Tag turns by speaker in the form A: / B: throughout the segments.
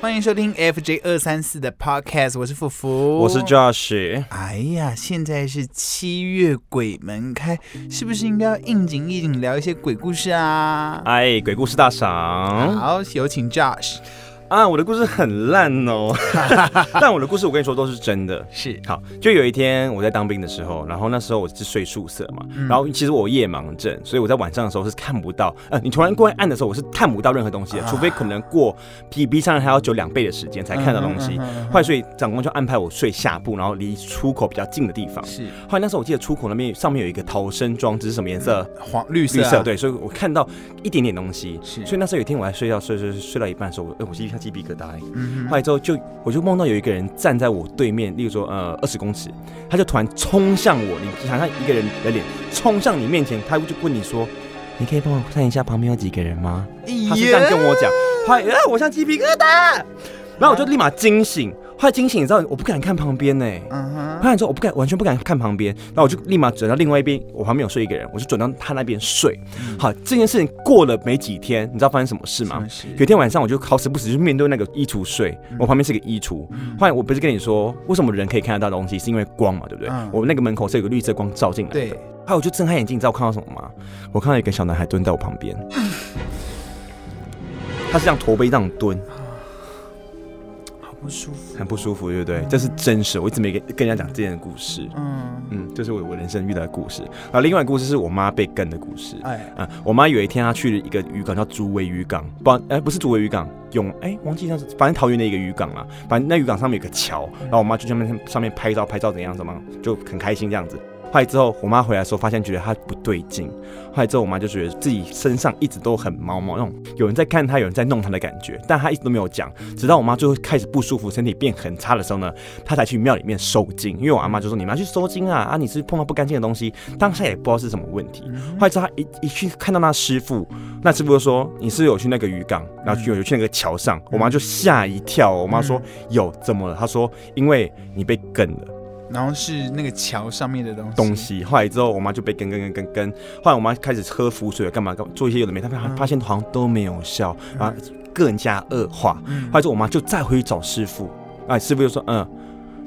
A: 欢迎收听 FJ 二三四的 Podcast，我是福福，
B: 我是 Josh。
A: 哎呀，现在是七月鬼门开，是不是应该要应景应景聊一些鬼故事啊？
B: 哎，鬼故事大赏
A: 好，有请 Josh。
B: 啊！我的故事很烂 哦，但我的故事我跟你说都是真的。
A: 是，
B: 好，就有一天我在当兵的时候，然后那时候我是睡宿舍嘛，
A: 嗯
B: 然后其实我有夜盲症，所以我在晚上的时候是看不到，呃，你突然过来暗的时候，我是看不到任何东西
A: 啊
B: 的，除非可能过比比上人还要久两倍的时间才看到东西
A: 嗯嗯嗯嗯。
B: 后来所以长官就安排我睡下铺，然后离出口比较近的地方。
A: 是
B: 后来那时候我记得出口那边上面有一个逃生装置是什么颜色？
A: 黄绿色、
B: 绿
A: 啊，
B: 色，对，所以我看到一点点东西，
A: 是
B: 所以那时候有一天我还睡觉睡睡睡睡到一半的时候，我哎、我鸡皮下鸡皮疙瘩、欸，
A: 嗯
B: 后来之后就我就梦到有一个人站在我对面，例如说呃二十公尺，他就突然冲向我，你想象一个人的脸冲向你面前，他就问你说，你可以帮我看一下旁边有几个人吗？
A: 哼，
B: 嗯他是这样跟我讲，后来、呃、我像鸡皮疙瘩，然后我就立马惊醒，后来惊醒你知道我不敢看旁边呢、
A: 嗯哼，
B: 后来之后我不敢，完全不敢看旁边，然后我就立马转到另外一边，我旁边有睡一个人，我就转到他那边睡。好，这件事情过了没几天，你知道发生什么事吗？
A: 嗯是嗯
B: 有一天晚上，我就好死不死就面对那个衣橱睡，我旁边是个衣橱。后来我不是跟你说，为什么人可以看得到东西，是因为光嘛，对不对？
A: 嗯
B: 我那个门口是有个绿色光照进来的。
A: 对，
B: 后来我就睁开眼睛，你知道我看到什么吗？我看到一个小男孩蹲在我旁 边，他是这样驼背这样蹲，
A: 好不舒服，
B: 很不舒服，对不对？这是真实，我一直没跟跟人家讲这件故事。
A: 嗯，
B: 嗯，这是我我人生遇到的故事。然后另外一个故事是我妈被跟的故事。
A: 哎，
B: 啊、我妈有一天她去了一个渔港叫竹围渔港，不，哎、不是竹围渔港，永哎、忘记那是，反正桃园的一个渔港啦。反正那渔港上面有个桥，然后我妈去上面上面拍照，拍照怎样怎么样，就很开心这样子。后来之后，我妈回来的时候发现觉得她不对劲，后来之后我妈就觉得自己身上一直都很毛毛，那种有人在看她，有人在弄她的感觉，但她一直都没有讲。直到我妈最后开始不舒服，身体变很差的时候呢，她才去庙里面收金，因为我阿妈就说你们要去收金啊啊，你是碰到不干净的东西，当下也不知道是什么问题。
A: 嗯
B: 后来之后他一一去看到那师傅，那师傅就说你是不是有去那个渔港，然后去有有去那个桥上，我妈就吓一跳，我妈说有怎么了？她说因为你被跟了
A: 然后是那个桥上面的东西，
B: 东西。后来之后我妈就被跟跟跟跟跟，后来我妈开始喝符水干嘛干嘛，做一些有的没，她发
A: 嗯
B: 发现好像都没有效，然后更加恶化。
A: 嗯，
B: 后来之后我妈就再回去找师傅，哎，师傅就说嗯，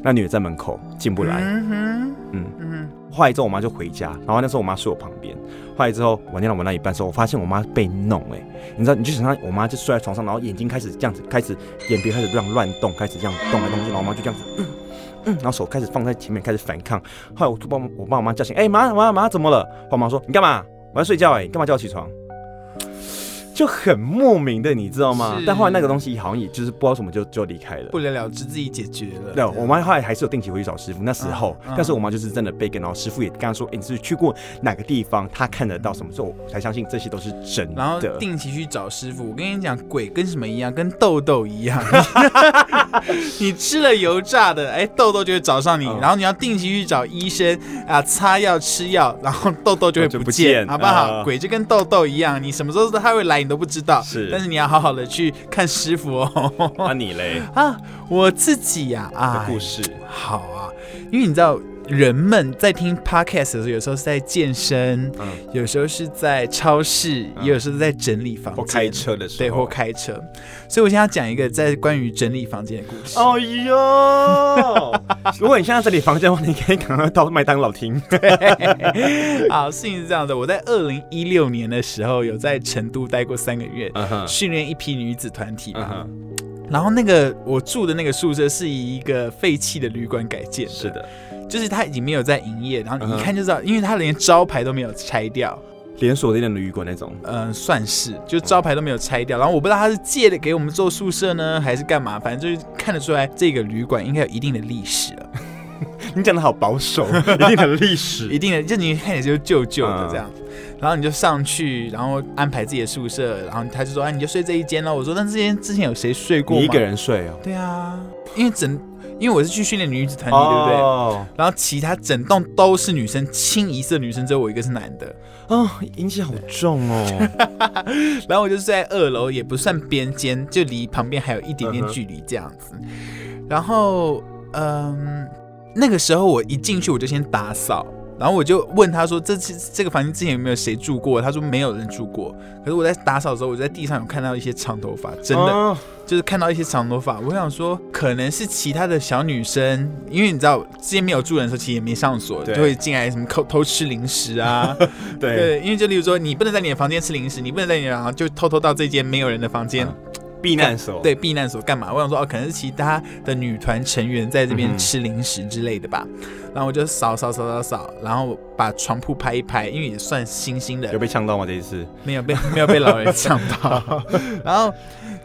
B: 那女的在门口进不来，
A: 嗯哼，
B: 嗯
A: 嗯
B: 后来之后，我妈就回家，然后那时候我妈睡我旁边。后来之后，晚上玩到一半的时候，我发现我妈被弄、欸，你知道，你就想象我妈就睡在床上，然后眼睛开始这样子，开始眼皮开始这样乱动，开始这样动来动去，然后我妈就这样子，嗯嗯，然后手开始放在前面开始反抗。后来我就把我我把我妈叫醒，哎、妈妈妈怎么了？我妈说你干嘛？我要睡觉、欸，哎，干嘛叫我起床？就很莫名的，你知道吗
A: 是？
B: 但后来那个东西好像也就是不知道什么就就离开了。
A: 不了了之，自己解决了，
B: 对，我妈后来还是有定期回去找师傅。那时候，
A: 嗯嗯
B: 但是我妈就是真的被跟，然后师傅也跟她说：“哎、你是不是去过哪个地方？她看得到什么？”所以我才相信这些都是真的。
A: 然后定期去找师傅。我跟你讲，鬼跟什么一样？跟痘痘一样。 你吃了油炸的，哎，痘痘就会找上你。
B: 嗯
A: 然后你要定期去找医生啊，擦药、吃药，然后痘痘就会
B: 哦就
A: 不
B: 不见
A: 见，好不好？
B: 啊
A: 鬼就跟痘痘一样，你什么时候它会来，你都不知道。
B: 是
A: 但是你要好好的去看师傅哦。
B: 啊，你嘞
A: 啊，我自己呀啊，
B: 的故事
A: 好啊，因为你知道，人们在听 podcast 的时候，有时候是在健身，
B: 嗯
A: 有时候是在超市，
B: 嗯
A: 也有时候是在整理房
B: 或
A: 间，
B: 哎开，车的时候，
A: 对，或开车。所以我现在要讲一个在关于整理房间的故事。
B: 哎呦！ 如果你现在这里房间的话，你可以赶快到麦当劳听。
A: 好，事情是这样的，我在二零一六年的时候有在成都待过三个月，
B: 嗯哼，
A: 训练一批女子团体
B: 嗯
A: 嘛。
B: 哼，
A: 然后那个我住的那个宿舍是以一个废弃的旅馆改建，
B: 是，的，
A: 就是它已经没有在营业，然后你
B: 嗯
A: 一
B: 哼
A: 看就知道，因为它连招牌都没有拆掉。
B: 连锁店的旅馆那种。
A: 嗯，算是，就招牌都没有拆掉。然后我不知道他是借的给我们做宿舍呢，还是干嘛，反正就是看得出来这个旅馆应该有一定的历史了，
B: 你讲的好保 守，一定很历
A: 一
B: 史。
A: 定的，就你看起来就旧旧
B: 嗯
A: 的这样。然后你就上去，然后安排自己的宿舍，然后他就说啊，你就睡这一间咯。我说那这间之前有谁睡过吗？
B: 你一个？人睡哦？
A: 对啊，因为整，因为我是去训练女子团体，对不对？
B: 哦
A: 然后其他整栋都是女生，清一色女生，只有我一个是男的。
B: 对不对？啊，阴气好重 哦。
A: 然后我就睡在二楼，也不算边间，就离旁边还有一点点
B: 嗯哼
A: 距离这样子。然后，嗯，那个时候我一进去我就先打扫，然后我就问他说：“这次这个房间之前有没有谁住过？”他说：“没有人住过。”可是我在打扫的时候，我在地上有看到一些长头发，真的、
B: 啊
A: 就是看到一些长头发。我想说，可能是其他的小女生，因为你知道之前没有住人的时候，其实也没上锁，
B: 对
A: 就会进来什么偷偷吃零食啊。
B: 对，
A: 对，因为就例如说，你不能在你的房间吃零食，你不能在你的房就偷偷到这间没有人的房间
B: 嗯避难所，
A: 对避难所干嘛？我想说哦，可能是其他的女团成员在这
B: 嗯
A: 边
B: 哼
A: 吃零食之类的吧。然后我就扫扫扫扫扫，然后把床铺拍一拍，因为也算新兴
B: 有
A: 的，
B: 被呛到吗？这一次？
A: 没有被 没有被老人呛到。然后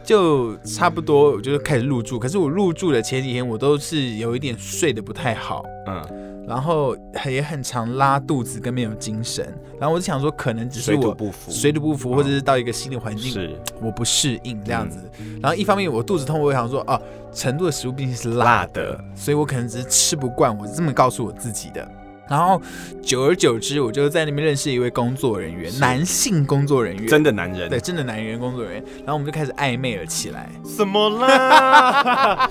A: 就差不多，我就开始入住。可是我入住的前几天，我都是有一点睡得不太好。
B: 嗯，
A: 然后也很常拉肚子跟没有精神，然后我就想说，可能只是
B: 水土
A: 我
B: 不服，
A: 水土不服，或者是到一个新的环境
B: 是嗯
A: 我不适应这样子。然后一方面我肚子痛，我想说哦，成都的食物毕竟是辣
B: 辣
A: 的，
B: 的，
A: 所以我可能只是吃不惯，我是这么告诉我自己的。然后久而久之，我就在那边认识一位工作人员，
B: 是
A: 男性工作人员，
B: 真的男人
A: 对，真的男人工作人员。然后我们就开始暧昧了起来，
B: 什 么啦？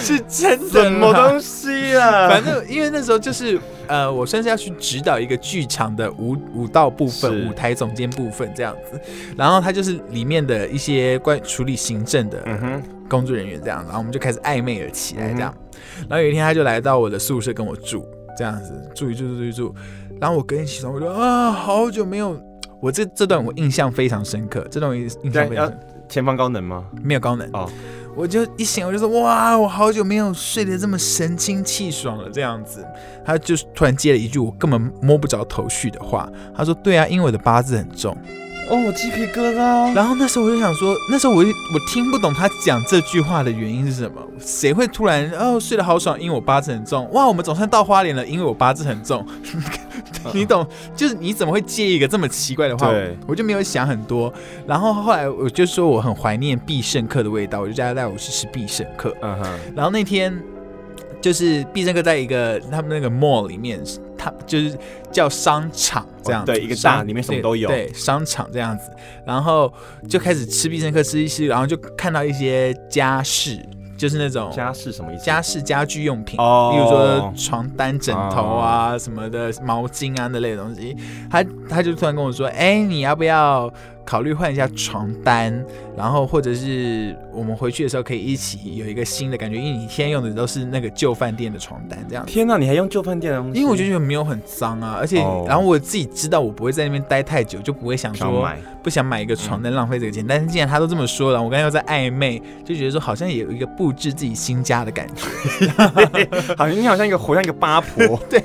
A: 是真
B: 什么
A: 啦
B: 东西 啊？
A: 反正因为那时候就是呃，我算是要去指导一个剧场的舞舞蹈部分、
B: 是
A: 舞台总监部分这样子，然后他就是里面的一些关于处理行政的
B: 嗯哼，
A: 工作人员这样，然后我们就开始暧昧了起来这样，
B: 嗯
A: 然后有一天他就来到我的宿舍跟我住这样子住一住住一住，然后我跟你起床，我就啊好久没有。我这这段我印象非常深刻，这段我印印象
B: 对
A: 非常
B: 要
A: 深刻
B: 前方高能吗？
A: 没有高能
B: 哦
A: 我就一醒我就说哇，我好久没有睡得这么神清气爽了这样子。他就是突然接了一句我根本摸不着头绪的话，他说对啊，因为我的八字很重。
B: 哦，我鸡皮疙瘩。
A: 然后那时候我就想说，那时候我就我听不懂他讲这句话的原因是什么，谁会突然哦睡得好爽，因为我八字很重，哇，我们总算到花莲了，因为我八字很重， 你懂？就是你怎么会接一个这么奇怪的话？
B: 对
A: 我就没有想很多。然后后来我就说我很怀念必胜客的味道，我就叫他带我去吃必胜客。
B: 嗯哼，
A: 然后那天就是必胜客在一个他们那个 mall 里面，他就是叫商场这样子，
B: 哦对一个大
A: 商
B: 里面什么都有
A: 对，对商场这样子。然后就开始吃必胜客，吃一吃，然后就看到一些家饰，就是那种
B: 家是什么意思？
A: 哦家饰家居用品。
B: 哦，
A: 例如说床单、枕头啊、什么的，毛巾啊那类的东西，他他就突然跟我说：“哎、你要不要考虑换一下床单？然后或者是我们回去的时候可以一起有一个新的感觉，因为你天天用的都是那个旧饭店的床单这样。”
B: 天哪，你还用旧饭店嗯的东西？
A: 因为我就觉得没有很脏啊，而且、
B: 哦
A: 然后我自己知道我不会在那边待太久，就不会想
B: 想
A: 说
B: 买，
A: 不想买一个床单浪费这个钱。但是既然他都这么说了，我刚才又在暧昧，就觉得说好像也有一个布置自己新家的感觉。，
B: 好像你好像一个活像一个八婆
A: 对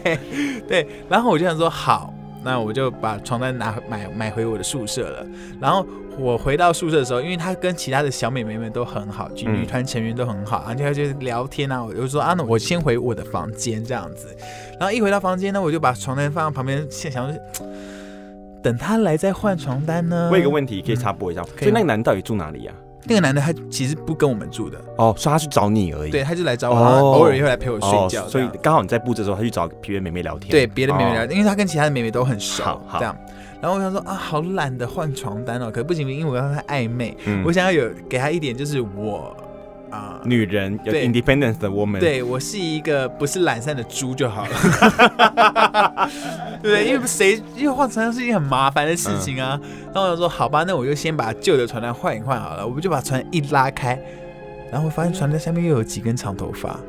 A: 对，然后我就想说好，那我就把床单拿买买回我的宿舍了。然后我回到宿舍的时候，因为她跟其他的小美眉们都很好，就
B: 嗯
A: 女团成员都很好，然后就就是聊天啊，我就说啊，那我先回我的房间这样子。然后一回到房间呢，我就把床单放到旁边，现想说。等她来再换床单呢。
B: 我有个问题可以插播一下，
A: 以
B: 所以那个男的到底住哪里啊？
A: 那个男的他其实不跟我们住的，
B: 哦，所以他去找你而已。
A: 对，他就来找我，
B: 哦
A: 然后偶尔也会来陪我睡觉这样、
B: 哦，所以刚好你在布置的时候，他去找别的妹妹聊天。
A: 对别的妹妹聊
B: 哦
A: 天，因为她跟其他的妹妹都很熟
B: 好，好
A: 这样。然后我想说啊，好懒得换床单哦，可不行，因为我要她暧昧，
B: 嗯
A: 我想要有给她一点就是我啊。
B: 女人有
A: 对
B: independence 的 woman。，
A: 对我是一个不是懒散的猪就好了， 对不对？因为谁因为换床单是一件很麻烦的
B: 嗯
A: 事情啊。然后我想说，好吧，那我就先把旧的床单换一换好了。我们就把床单一拉开，然后我发现床单下面又有几根长头发，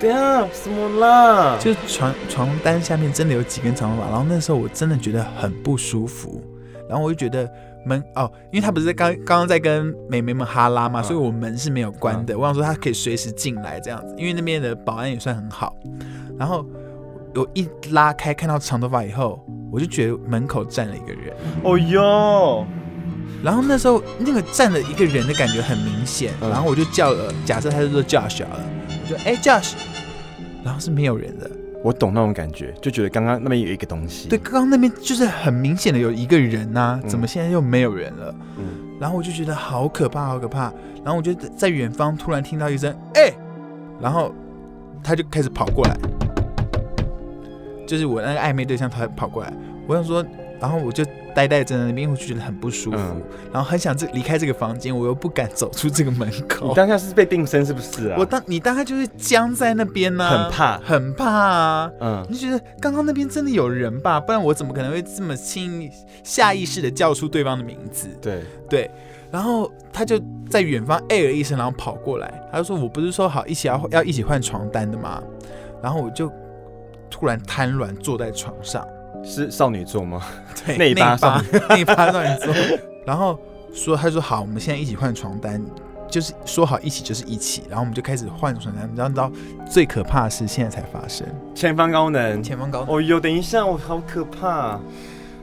B: 对啊，什么啦？
A: 就是床床单下面真的有几根长头发，然后那时候我真的觉得很不舒服，然后我就觉得门哦，因为他不是在刚刚刚在跟美眉们哈拉嘛，
B: 嗯
A: 所以我门是没有关的，我想说他可以随时进来这样子，因为那边的保安也算很好，然后我一拉开看到长头发以后，我就觉得门口站了一个人，
B: 哦哟，
A: 然后那时候那个站了一个人的感觉很明显，
B: 嗯
A: 然后我就叫了，假设他是说 Josh 好了，我就哎、Josh，然后是没有人的。
B: 我懂那种感觉，就觉得刚刚那边有一个东西。
A: 对，，刚刚那边就是很明显的有一个人呐、
B: 嗯
A: 怎么现在又没有人了？
B: 嗯，
A: 然后我就觉得好可怕，好可怕。然后我就在远方突然听到一声“哎、然后他就开始跑过来，就是我那个暧昧对象，他跑过来。我想说，然后我就呆呆站在那边，我就觉得很不舒服，
B: 嗯
A: 然后很想这离开这个房间，我又不敢走出这个门
B: 你
A: 口。
B: 当下是被定身是不是啊？
A: 哦我当你大概就是僵在那边呢、
B: 很，怕，
A: 很怕啊。
B: 嗯，
A: 你就觉得刚刚那边真的有人吧？不然我怎么可能会这么轻易下意识的叫出对方的名字？
B: 对，
A: 对，然后他就在远方哎了一声，然后跑过来，他就说：“我不是说好一起要要一起换床单的吗？”然后我就突然瘫软坐在床上，
B: 是少女座吗？
A: 对，
B: 内
A: 内
B: 八
A: 八 内八让你坐，然后说他说好，我们现在一起换床单。就是说好一起就是一起，然后我们就开始换床单。你知道，你知道最可怕的事现在才发生。
B: 前方高能。
A: 前方高
B: 哦呦，等一下，我好可怕。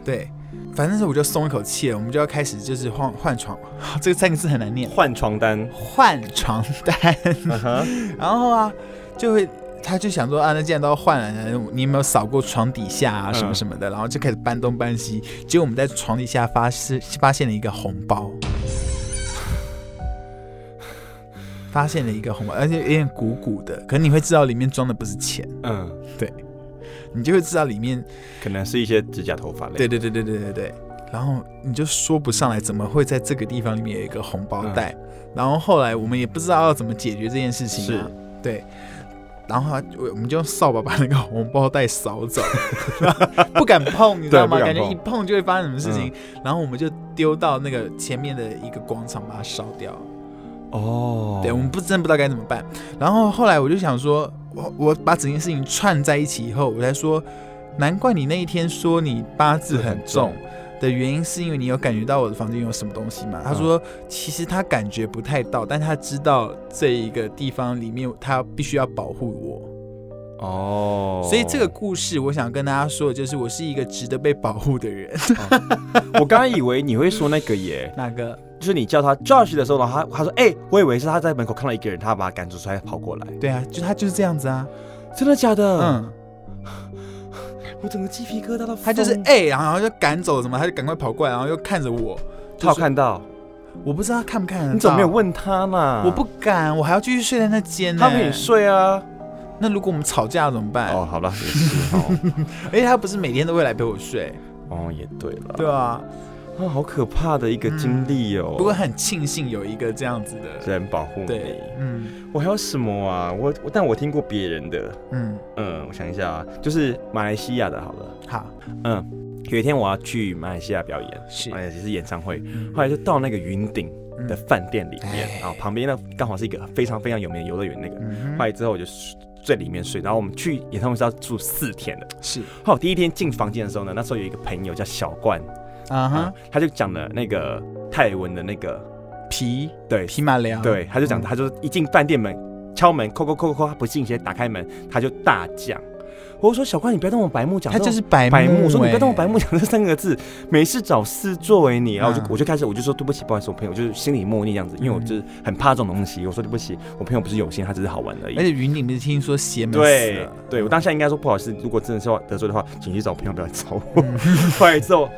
A: 对，反正是我就松一口气了，我们就要开始就是换换床， 这个三个字很难念，
B: 换床单，
A: 换床单。
B: 嗯哼，
A: 然后啊，就会他就想说啊，那既然都要换了，你有没有扫过床底下啊
B: 嗯
A: 什么什么的？然后就开始搬东搬西，结果我们在床底下发是 发现了一个红包。 发现了一个红包，而且有点鼓鼓的，可能你会知道里面装的不是钱，
B: 嗯，
A: 你就会知道里面
B: 可能是一些指甲头发类。
A: 对对对对对对对。然后你就说不上来怎么会在这个地方里面有一个红
B: 嗯
A: 包袋，然后后来我们也不知道要怎么解决这件事情、啊，对。然后他我我们就用扫把把那个红包袋扫走， 不敢碰，你知道吗？
B: 对不
A: 感
B: 敢碰嗯
A: 觉一碰就会发生什么事情。然后我们就丢到那个前面的一个广场，把它烧掉。
B: 哦，
A: 对，我们不真的不知道该怎么办。然后后来我就想说，我我把整件事情串在一起以后，我才说，难怪你那一天说你八字很重的原因，是因为你有感觉到我的房间有什么东西嘛？他说，其实他感觉不太到，但他知道这一个地方里面他必须要保护我。
B: 哦，
A: 所以这个故事，我想跟大家说的就是，我是一个值得被保护的人。
B: 我刚刚以为你会说那个耶，
A: 那个
B: 就是你叫他 Josh 的时候，然后他他说哎、我以为是他在门口看到一个人，他把他赶出出来跑过来，
A: 对啊，就他就是这样子啊，
B: 真的假的？，
A: 嗯，
B: 我整个鸡皮疙瘩都疯。
A: 他就是哎、然后就赶走什么，他就赶快跑过来，然后又看着我。
B: 他有看到，
A: 我不知道他看不看得到
B: 你怎么没有？问他嘛？
A: 嗯我不欸敢，我还要继续睡在那间呢、
B: 他陪你睡啊。
A: 那如果我们吵架怎么办？
B: 哦，好了，也 是哦，
A: 而且他不是每天都会来陪我睡，
B: 哦也对了，
A: 对啊。
B: 啊，好可怕的一个经历哦。
A: 嗯不过很庆幸有一个这样子的，
B: 人保护你
A: 对，，嗯
B: 我还有什么啊？我我但我听过别人的，
A: 嗯，
B: 嗯，我想一下啊，就是马来西亚的好了，
A: 好，
B: 嗯，有一天我要去马来西亚表演，哎
A: 是嗯
B: 马，来西亚是演唱会，后来就到那个云顶的饭店里面，
A: 哎
B: 然后旁边那刚好是一个非常非常有名的游乐园，那个，
A: 嗯
B: 后
A: 哼，
B: 来之后我就睡在里面睡，然后我们去演唱会是要住四天的，
A: 是，
B: 后来我第一天进房间的时候呢，那时候有一个朋友叫小冠，
A: 啊
B: 啊
A: 哈，，
B: 他就讲了那个泰文的那个，
A: 皮
B: 对
A: 皮马良，
B: 对，他就讲，
A: 嗯
B: 他就一进饭店门敲门，扣扣扣扣扣，他不信邪，打开门他就大讲，我就说小冠你不要跟我白目讲，
A: 他
B: 这
A: 就
B: 种
A: 是白
B: 白目，
A: 目，
B: 我说你不要
A: 哎
B: 跟我白目讲这三个字，没事找事做哎你，然后我就、
A: 嗯
B: 我就开始我就说对不起，不好意思，我朋友就是心里默念这样子，因为我就是很怕这种东西，我说对不起，我朋友不是有心，他只是好玩而
A: 而
B: 已。
A: 且云顶不是听说邪门死
B: 对
A: 了，
B: 对，我当下应该说不好意思，如果真的是要得罪的话，请去找朋友，不要来找我。
A: 嗯
B: 后来之后，哦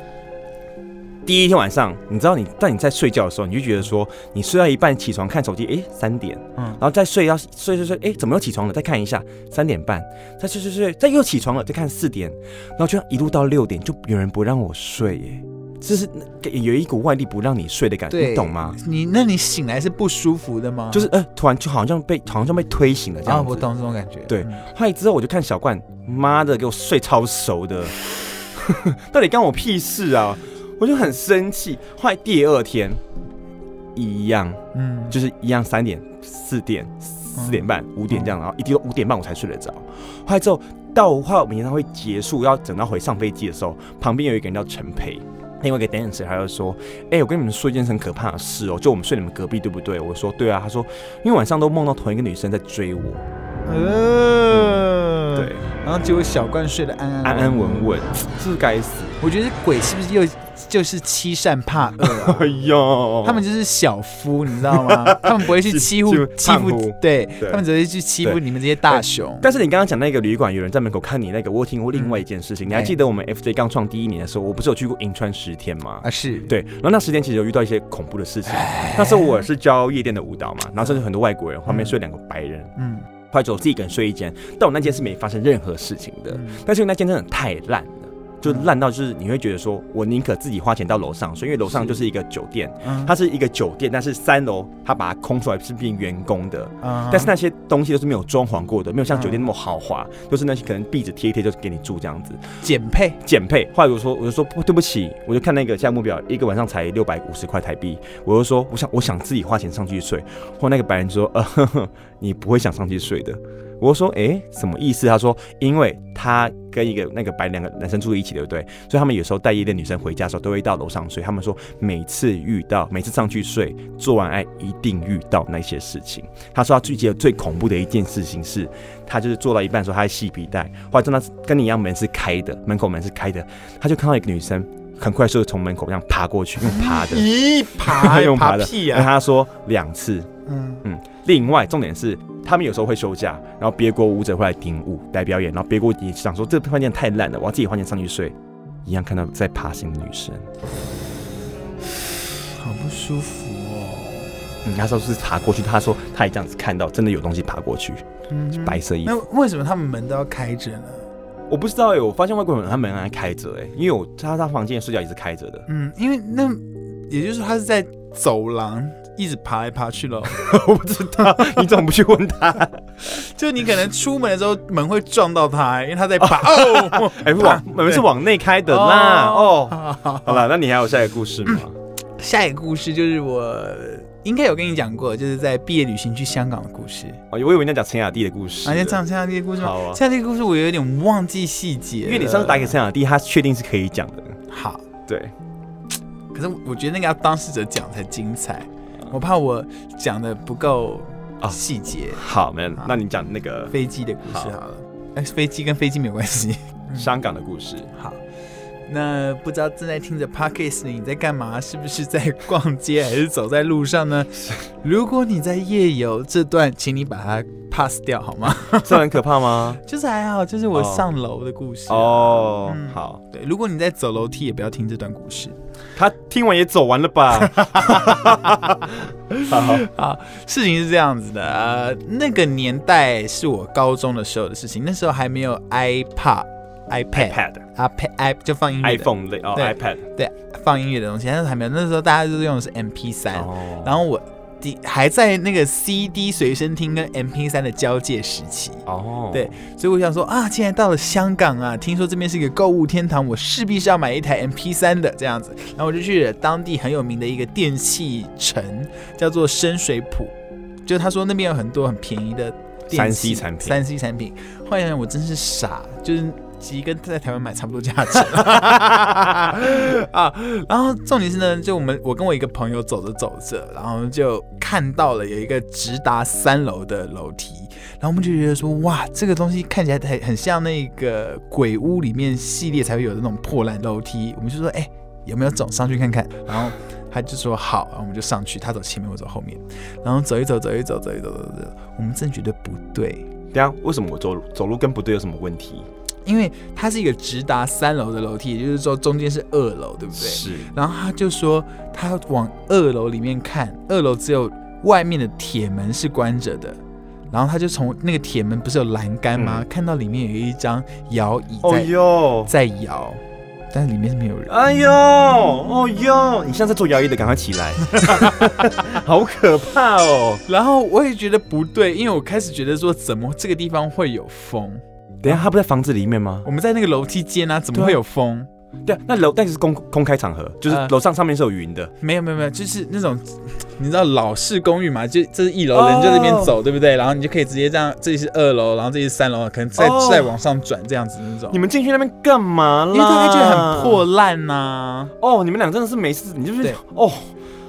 B: 第一天晚上，你知道你当你在睡觉的时候，你就觉得说，你睡到一半起床看手机，哎、三点，
A: 嗯
B: 然后再睡到睡睡睡，哎、怎么又起床了？再看一下，三点半，再睡睡睡，再又起床了，再看四点，然后就一路到六点，就有人不让我睡耶、就是那有一股外力不让你睡的感觉，
A: 对
B: 你懂吗？
A: 你那你醒来是不舒服的吗？
B: 就是呃，突然就好像被好像被推醒了这
A: 啊，
B: 样子。
A: 我懂这种感觉，
B: 对
A: 嗯，
B: 后来之后我就看小冠，妈的，给我睡超熟的， 到底干我屁事啊！我就很生气。后来第二天一样，
A: 嗯，
B: 就是一样三点、四点、四点半、五点这样，然后一定到五点半我才睡得着。后来之后到后来我们演唱会结束，要等到回上飞机的时候，旁边有一个人叫陈培。另外一个 dancer 他就说：“哎、我跟你们说一件很可怕的事哦，就我们睡你们隔壁，对不对？”我说：“对啊。”他说：“因为晚上都梦到同一个女生在追我。
A: 呃，
B: 对，
A: 然后结果小冠睡得安安
B: 安安稳稳，是不是该死？
A: 我觉得鬼是不是又就是欺善怕恶、 啊？
B: 哎呦
A: 他们就是小夫，你知道 吗？他们不会去欺负
B: 欺负
A: 欺
B: 胖
A: 负
B: 虎，
A: 对
B: 对
A: 他们只会去欺负
B: 对
A: 你们这些大熊。
B: 但是你刚刚讲那个旅馆有人在门口看你那个，我有听过另外一件事情，你还记得我们 FJ 刚创第一年的时候，我不是有去过银川十天吗？
A: 啊，是
B: 对，然后那十天其实有遇到一些恐怖的事情。那时候我是教夜店的舞蹈嘛，然后甚至很多外国人，旁边睡两个白人，
A: 嗯，
B: 后来就我自己一个人睡一间，但我那间是没发生任何事情的，
A: 嗯
B: 但是那间真的太烂了，就烂到就是你会觉得说，我宁可自己花钱到楼上，所以因为楼上就是一个酒店，
A: 嗯
B: 它是一个酒店，但是三楼它把它空出来是变员工的，
A: 嗯
B: 但是那些东西都是没有装潢过的，没有像酒店那么豪华，就是那些可能壁纸贴一贴就给你住这样子，
A: 减配，
B: 减配。后来我说我就说不对不起，我就看那个价目表，一个晚上才六百五十块台币，我就说我想我想自己花钱上去睡。后来那个白人就说呃 呵呵，你不会想上去睡的。我就说诶、什么意思？他说因为他跟一个那个白人两个男生住在一起，对不对？所以他们有时候带夜店女生回家的时候都会到楼上睡。他们说每次遇到每次上去睡，做完爱一定遇到那些事情。他说他最记得最恐怖的一件事情是，他就是做到一半的时候，他在系皮带，后来真的跟你一样，门是开的，门口门是开的，他就看到一个女生很快速的从门口这样爬过去，用爬的，
A: 咦，爬
B: 用爬
A: 爬
B: 的
A: 屁
B: 然后
A: 呀，
B: 他说两次。
A: 嗯，
B: 另外重点是，他们有时候会休假，然后别国舞者会来顶舞来表演，然后别国也想说这饭店太烂了，我要自己花钱上去睡，一样看到在爬行的女生。
A: 好不舒服哦，
B: 嗯，他说是爬过去，他说他也这样子看到，真的有东西爬过去，
A: 嗯
B: 白色衣服。
A: 那为什么他们门都要开着呢？
B: 我不知道哎、我发现外国人他门还开着哎、因为我他他房间睡觉也是开着 的。
A: 嗯，因为那也就是说他是在走廊一直爬来爬去喽。我不知道，
B: 你怎么不去问他？
A: 就你可能出门的时候门会撞到他，因为他在 爬。哦，
B: 哎、不往门是往内开的啦。哦，好了，那你还有下一个故 事吗？
A: 下一个故事就是我应该有跟你讲过，就是在毕业旅行去香港的故事。
B: 哦，我以为你要讲陈雅蒂的故事。
A: 啊，先讲下这个故事吗？
B: 好啊
A: 像这个故事我有点忘记细节了，
B: 因为你上次打给陈雅蒂，他确定是可以讲的。
A: 好，
B: 对，
A: 可是我觉得那个要当事者讲才精彩，我怕我讲的不够
B: 啊
A: 细节。
B: 好，没有
A: 好
B: 那你讲那个
A: 飞机的故事
B: 好
A: 好了，哎，飞机跟飞机没有关系。
B: 香港的故 事。
A: 好，那不知道正在听着 podcast 的你在干嘛？是不是在逛街还是走在路上呢？如果你在夜游这段，请你把它 pass 掉好吗？
B: 这很可怕吗？
A: 就是还好，就是我
B: 哦
A: 上楼的故事啊、
B: 哦
A: 嗯，
B: 好，
A: 对，如果你在走楼梯，也不要听这段故事。
B: 他听完也走完了吧？好，
A: 啊，事情是这样子的，呃，那个年代是我高中的时候的事情，那时候还没有 iPod、iPad、
B: iPad、
A: iPad、i 就放音乐的
B: iPhone 类哦
A: 对
B: ，iPad
A: 对，放音乐的东西，那时候还没有，那时候大家就是用的是 MP 三、
B: 哦
A: 然后我第还在那个 CD 随身听跟 MP 三的交界时期。
B: 哦，
A: 对，所以我想说啊，既然到了香港啊，听说这边是一个购物天堂，我势必是要买一台 MP 3的这样子。然后我就去了当地很有名的一个电器城，叫做深水埗，就他说那边有很多很便宜的电器
B: 3C 产品
A: 三 C 产品。后来想想我真是傻，就是。其实跟在台湾买差不多价钱啊，然后重点是呢，就我们我跟我一个朋友走着走着，然后就看到了有一个直达三楼的楼梯，然后我们就觉得说，哇，这个东西看起来很很像那个鬼屋里面系列才会有的那种破烂楼梯，我们就说，哎、有没有种上去看看？然后他就说好，然后我们就上去，他走前面，我走后面，然后走一走，走一走，走一走，走一走，我们真的觉得不对，
B: 等一下为什么我走走路跟不对有什么问题？
A: 因为它是一个直达三楼的楼梯，也就是说中间是二楼，对不对？
B: 是
A: 然后他就说他要往二楼里面看，二楼只有外面的铁门是关着的。然后他就从那个铁门不是有栏杆吗？看到里面有一张摇椅在、
B: 哦哟，
A: 在摇，但是里面是没有人。
B: 哎呦，哦哟，你现在在做摇椅的，赶快起 来，好可怕哦！
A: 然后我也觉得不对，因为我开始觉得说，怎么这个地方会有风？
B: 等一下，他不在房子里面吗？
A: 我们在那个楼梯间啊，怎么
B: 对啊
A: 会有风？
B: 对啊，那楼但是公公开场合，就是
A: 呃哦
B: 楼上上面是有云的，
A: 没有没有没有，就是那种你知道老式公寓嘛，就这是一楼，人就这边走对不对？然后你就可以直接这样，这里是二楼，然后这里是三楼，可能再、
B: 哦啊
A: 再往上转这样子那种
B: 你。们进去那边干嘛啦？
A: 因为大概就很破烂呐、
B: 哦，你们俩真的是没事，你就是
A: 对
B: 哦，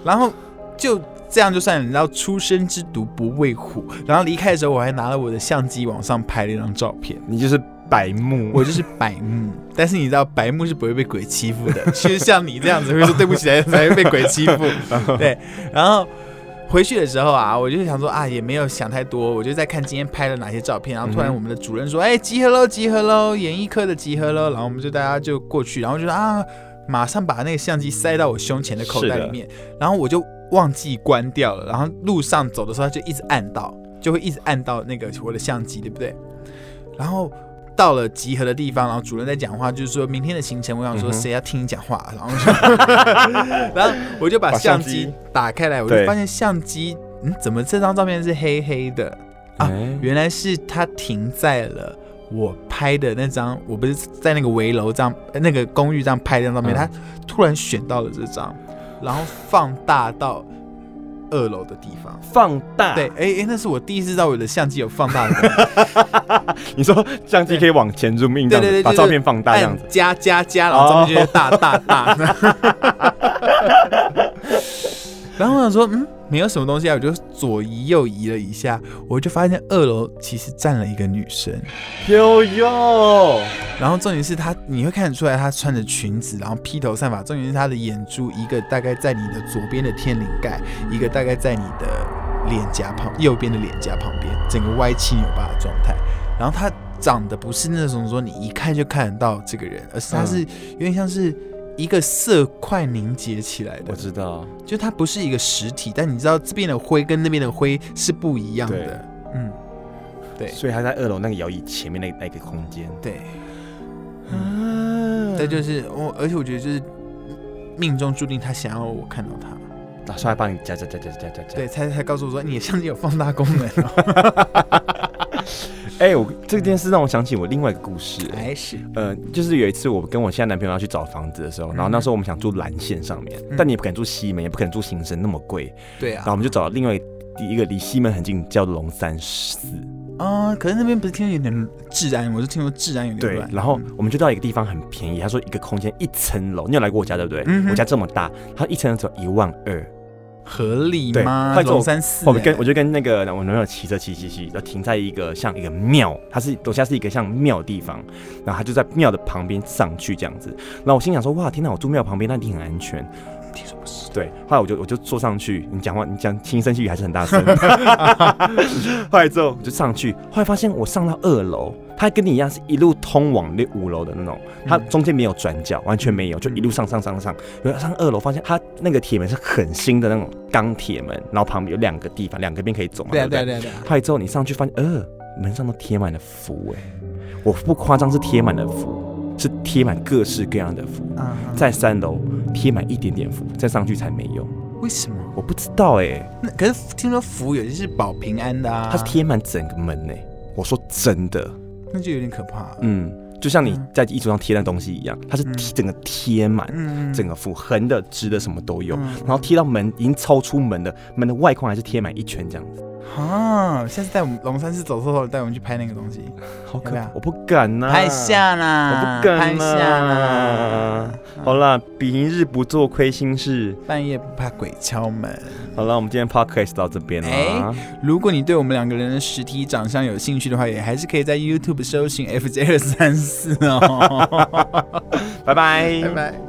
A: 然后就这样就算了，你知道出生之犊不畏虎。然后离开的时候，我还拿了我的相机往上拍了一张照片。
B: 你就是白目，
A: 我就是白目，但是你知道白目是不会被鬼欺负的，其实像你这样子会说对不起才才会被鬼欺负。对，然后回去的时候啊，我就想说啊，也没有想太多，我就在看今天拍了哪些照片。然后突然
B: 嗯哼
A: 我们的主任说，哎、集合喽，集合喽，演艺科的集合喽。然后我们就大家就过去，然后就说啊，马上把那个相机塞到我胸前的口袋里面，然后我就忘记关掉了。然后路上走的时候，它就一直按到，就会一直按到那个我的相机，对不对？然后到了集合的地方，然后主任在讲话，就是说明天的行程。我想说
B: 嗯哼
A: 谁要听你讲话，然后我就 然后我就把
B: 把
A: 相
B: 相
A: 机
B: 机
A: 打开来，我就
B: 对
A: 发现相机，嗯，怎么这张照片是黑黑的？啊
B: 哎
A: 原来是它停在了。我拍的那张，我不是在那个围楼这样、呃那个公寓这样拍的照片，
B: 嗯
A: 他突然选到了这张，然后放大到二楼的地方。
B: 放大，
A: 对，，哎、哎、那是我第一次知道我的相机有放大的功能
B: 你说相机可以往前 zoom in 这样
A: 对对对
B: 子，把
A: 就是
B: 照片放 大这样子哦
A: 按，加加加，然后照片就会大大大。 然后我想说，嗯，没有什么东西啊，我就左移右移了一下，我就发现二楼其实站了一个女生。
B: 有有，
A: 然后重点是她，你会看得出来她穿着裙子，然后披头散发。重点是她的眼珠，一个大概在你的左边的天灵盖，一个大概在你的脸颊旁，右边的脸颊旁边，整个歪七扭八的状态。然后她长得不是那种说你一看就看得到这个人，而是她是有点像是一个色块凝结起来的
B: 我，知道，
A: 就它不是一个实体，但你知道这边的灰跟那边的灰是不一样
B: 对
A: 的。嗯，对
B: 所以他在二楼那个摇椅前面那那个空间，
A: 对。
B: 啊
A: 这就是我，而且我觉得就是命中注定他想要我看到他，
B: 那所以他帮你加加加加加加加，
A: 对，才才告诉我说你的相机有放大功 能、哦，
B: 哎、我这件事让我想起我另外一个故事、哎，
A: 还是
B: 呃，就是有一次我跟我现在男朋友要去找房子的时候，然后那时候我们想住蓝线上面，
A: 嗯
B: 但你也不可能住西门，也不可能住新生那么贵，
A: 对
B: 然后
A: 啊，
B: 我们就找另外一个离西门很近叫龙山寺，
A: 啊、可是那边不是听说有点治安，我是听说治安有点
B: 对
A: 乱，，
B: 然后我们就到一个地方很便宜，他说一个空间一层楼，你有来过我家对不对？
A: 嗯哼
B: 我家这么大，他一层楼只有一万二，
A: 合理
B: 对
A: 吗？
B: 后来就
A: 龙山寺、
B: 我们跟
A: 哎
B: 我就跟那个我男朋友骑车骑骑骑，然后停在一个像一个庙，它是楼下是一个像庙的地方，然后他就在庙的旁边上去这样子。然后我心想说，哇，天哪，我住庙旁边，那一定很安全。
A: 听说不是，
B: 对，后来我就我就坐上去，你讲话你讲轻声细语还是很大声。后来之后我就上去，后来发现我上到二楼，它跟你一样是一路通往那五楼的那种，它
A: 嗯
B: 中间没有转角，完全没有，就一路上上上上。然后上二楼发现它那个铁门是很新的那种钢铁门，然后旁边有两个地方，两个边可以走嘛，
A: 对啊
B: 不
A: 对啊对啊对啊，啊
B: 后来之后你上去发现，呃，门上都贴满了符哎、我不夸张是贴满了符，是贴满各式各样的符。
A: 啊、
B: 在三楼贴满一点点符，再上去才没有。
A: 为什么？
B: 我不知道哎、
A: 那可是听说福有些是保平安的啊，
B: 它是，贴满整个门呢、哎我说真的，
A: 那就有点可怕了，
B: 嗯，就像你
A: 嗯嗯
B: 在衣橱上贴那东西一样，它是贴整个贴满，
A: 嗯，
B: 整个符横的、直的什么都有，
A: 嗯
B: 然后贴到门已经超出门的，门的外框还是贴满一圈这样子，
A: 啊，下次带我们龙山寺走错了，带我们去拍那个东西，
B: 好可
A: 要不
B: 怕
A: 要，
B: 我不敢呐、
A: 拍。下啦，
B: 啊我不敢
A: 拍下啦
B: 啦。好啦，平日不做亏心事。
A: 半夜不怕鬼敲门。
B: 好了，我们今天 podcast 到这边啦。
A: 如果你对我们两个人的实体长相有兴趣的话，也还是可以在 YouTube 搜寻 FJ 二三四哦。
B: 拜拜，
A: 拜。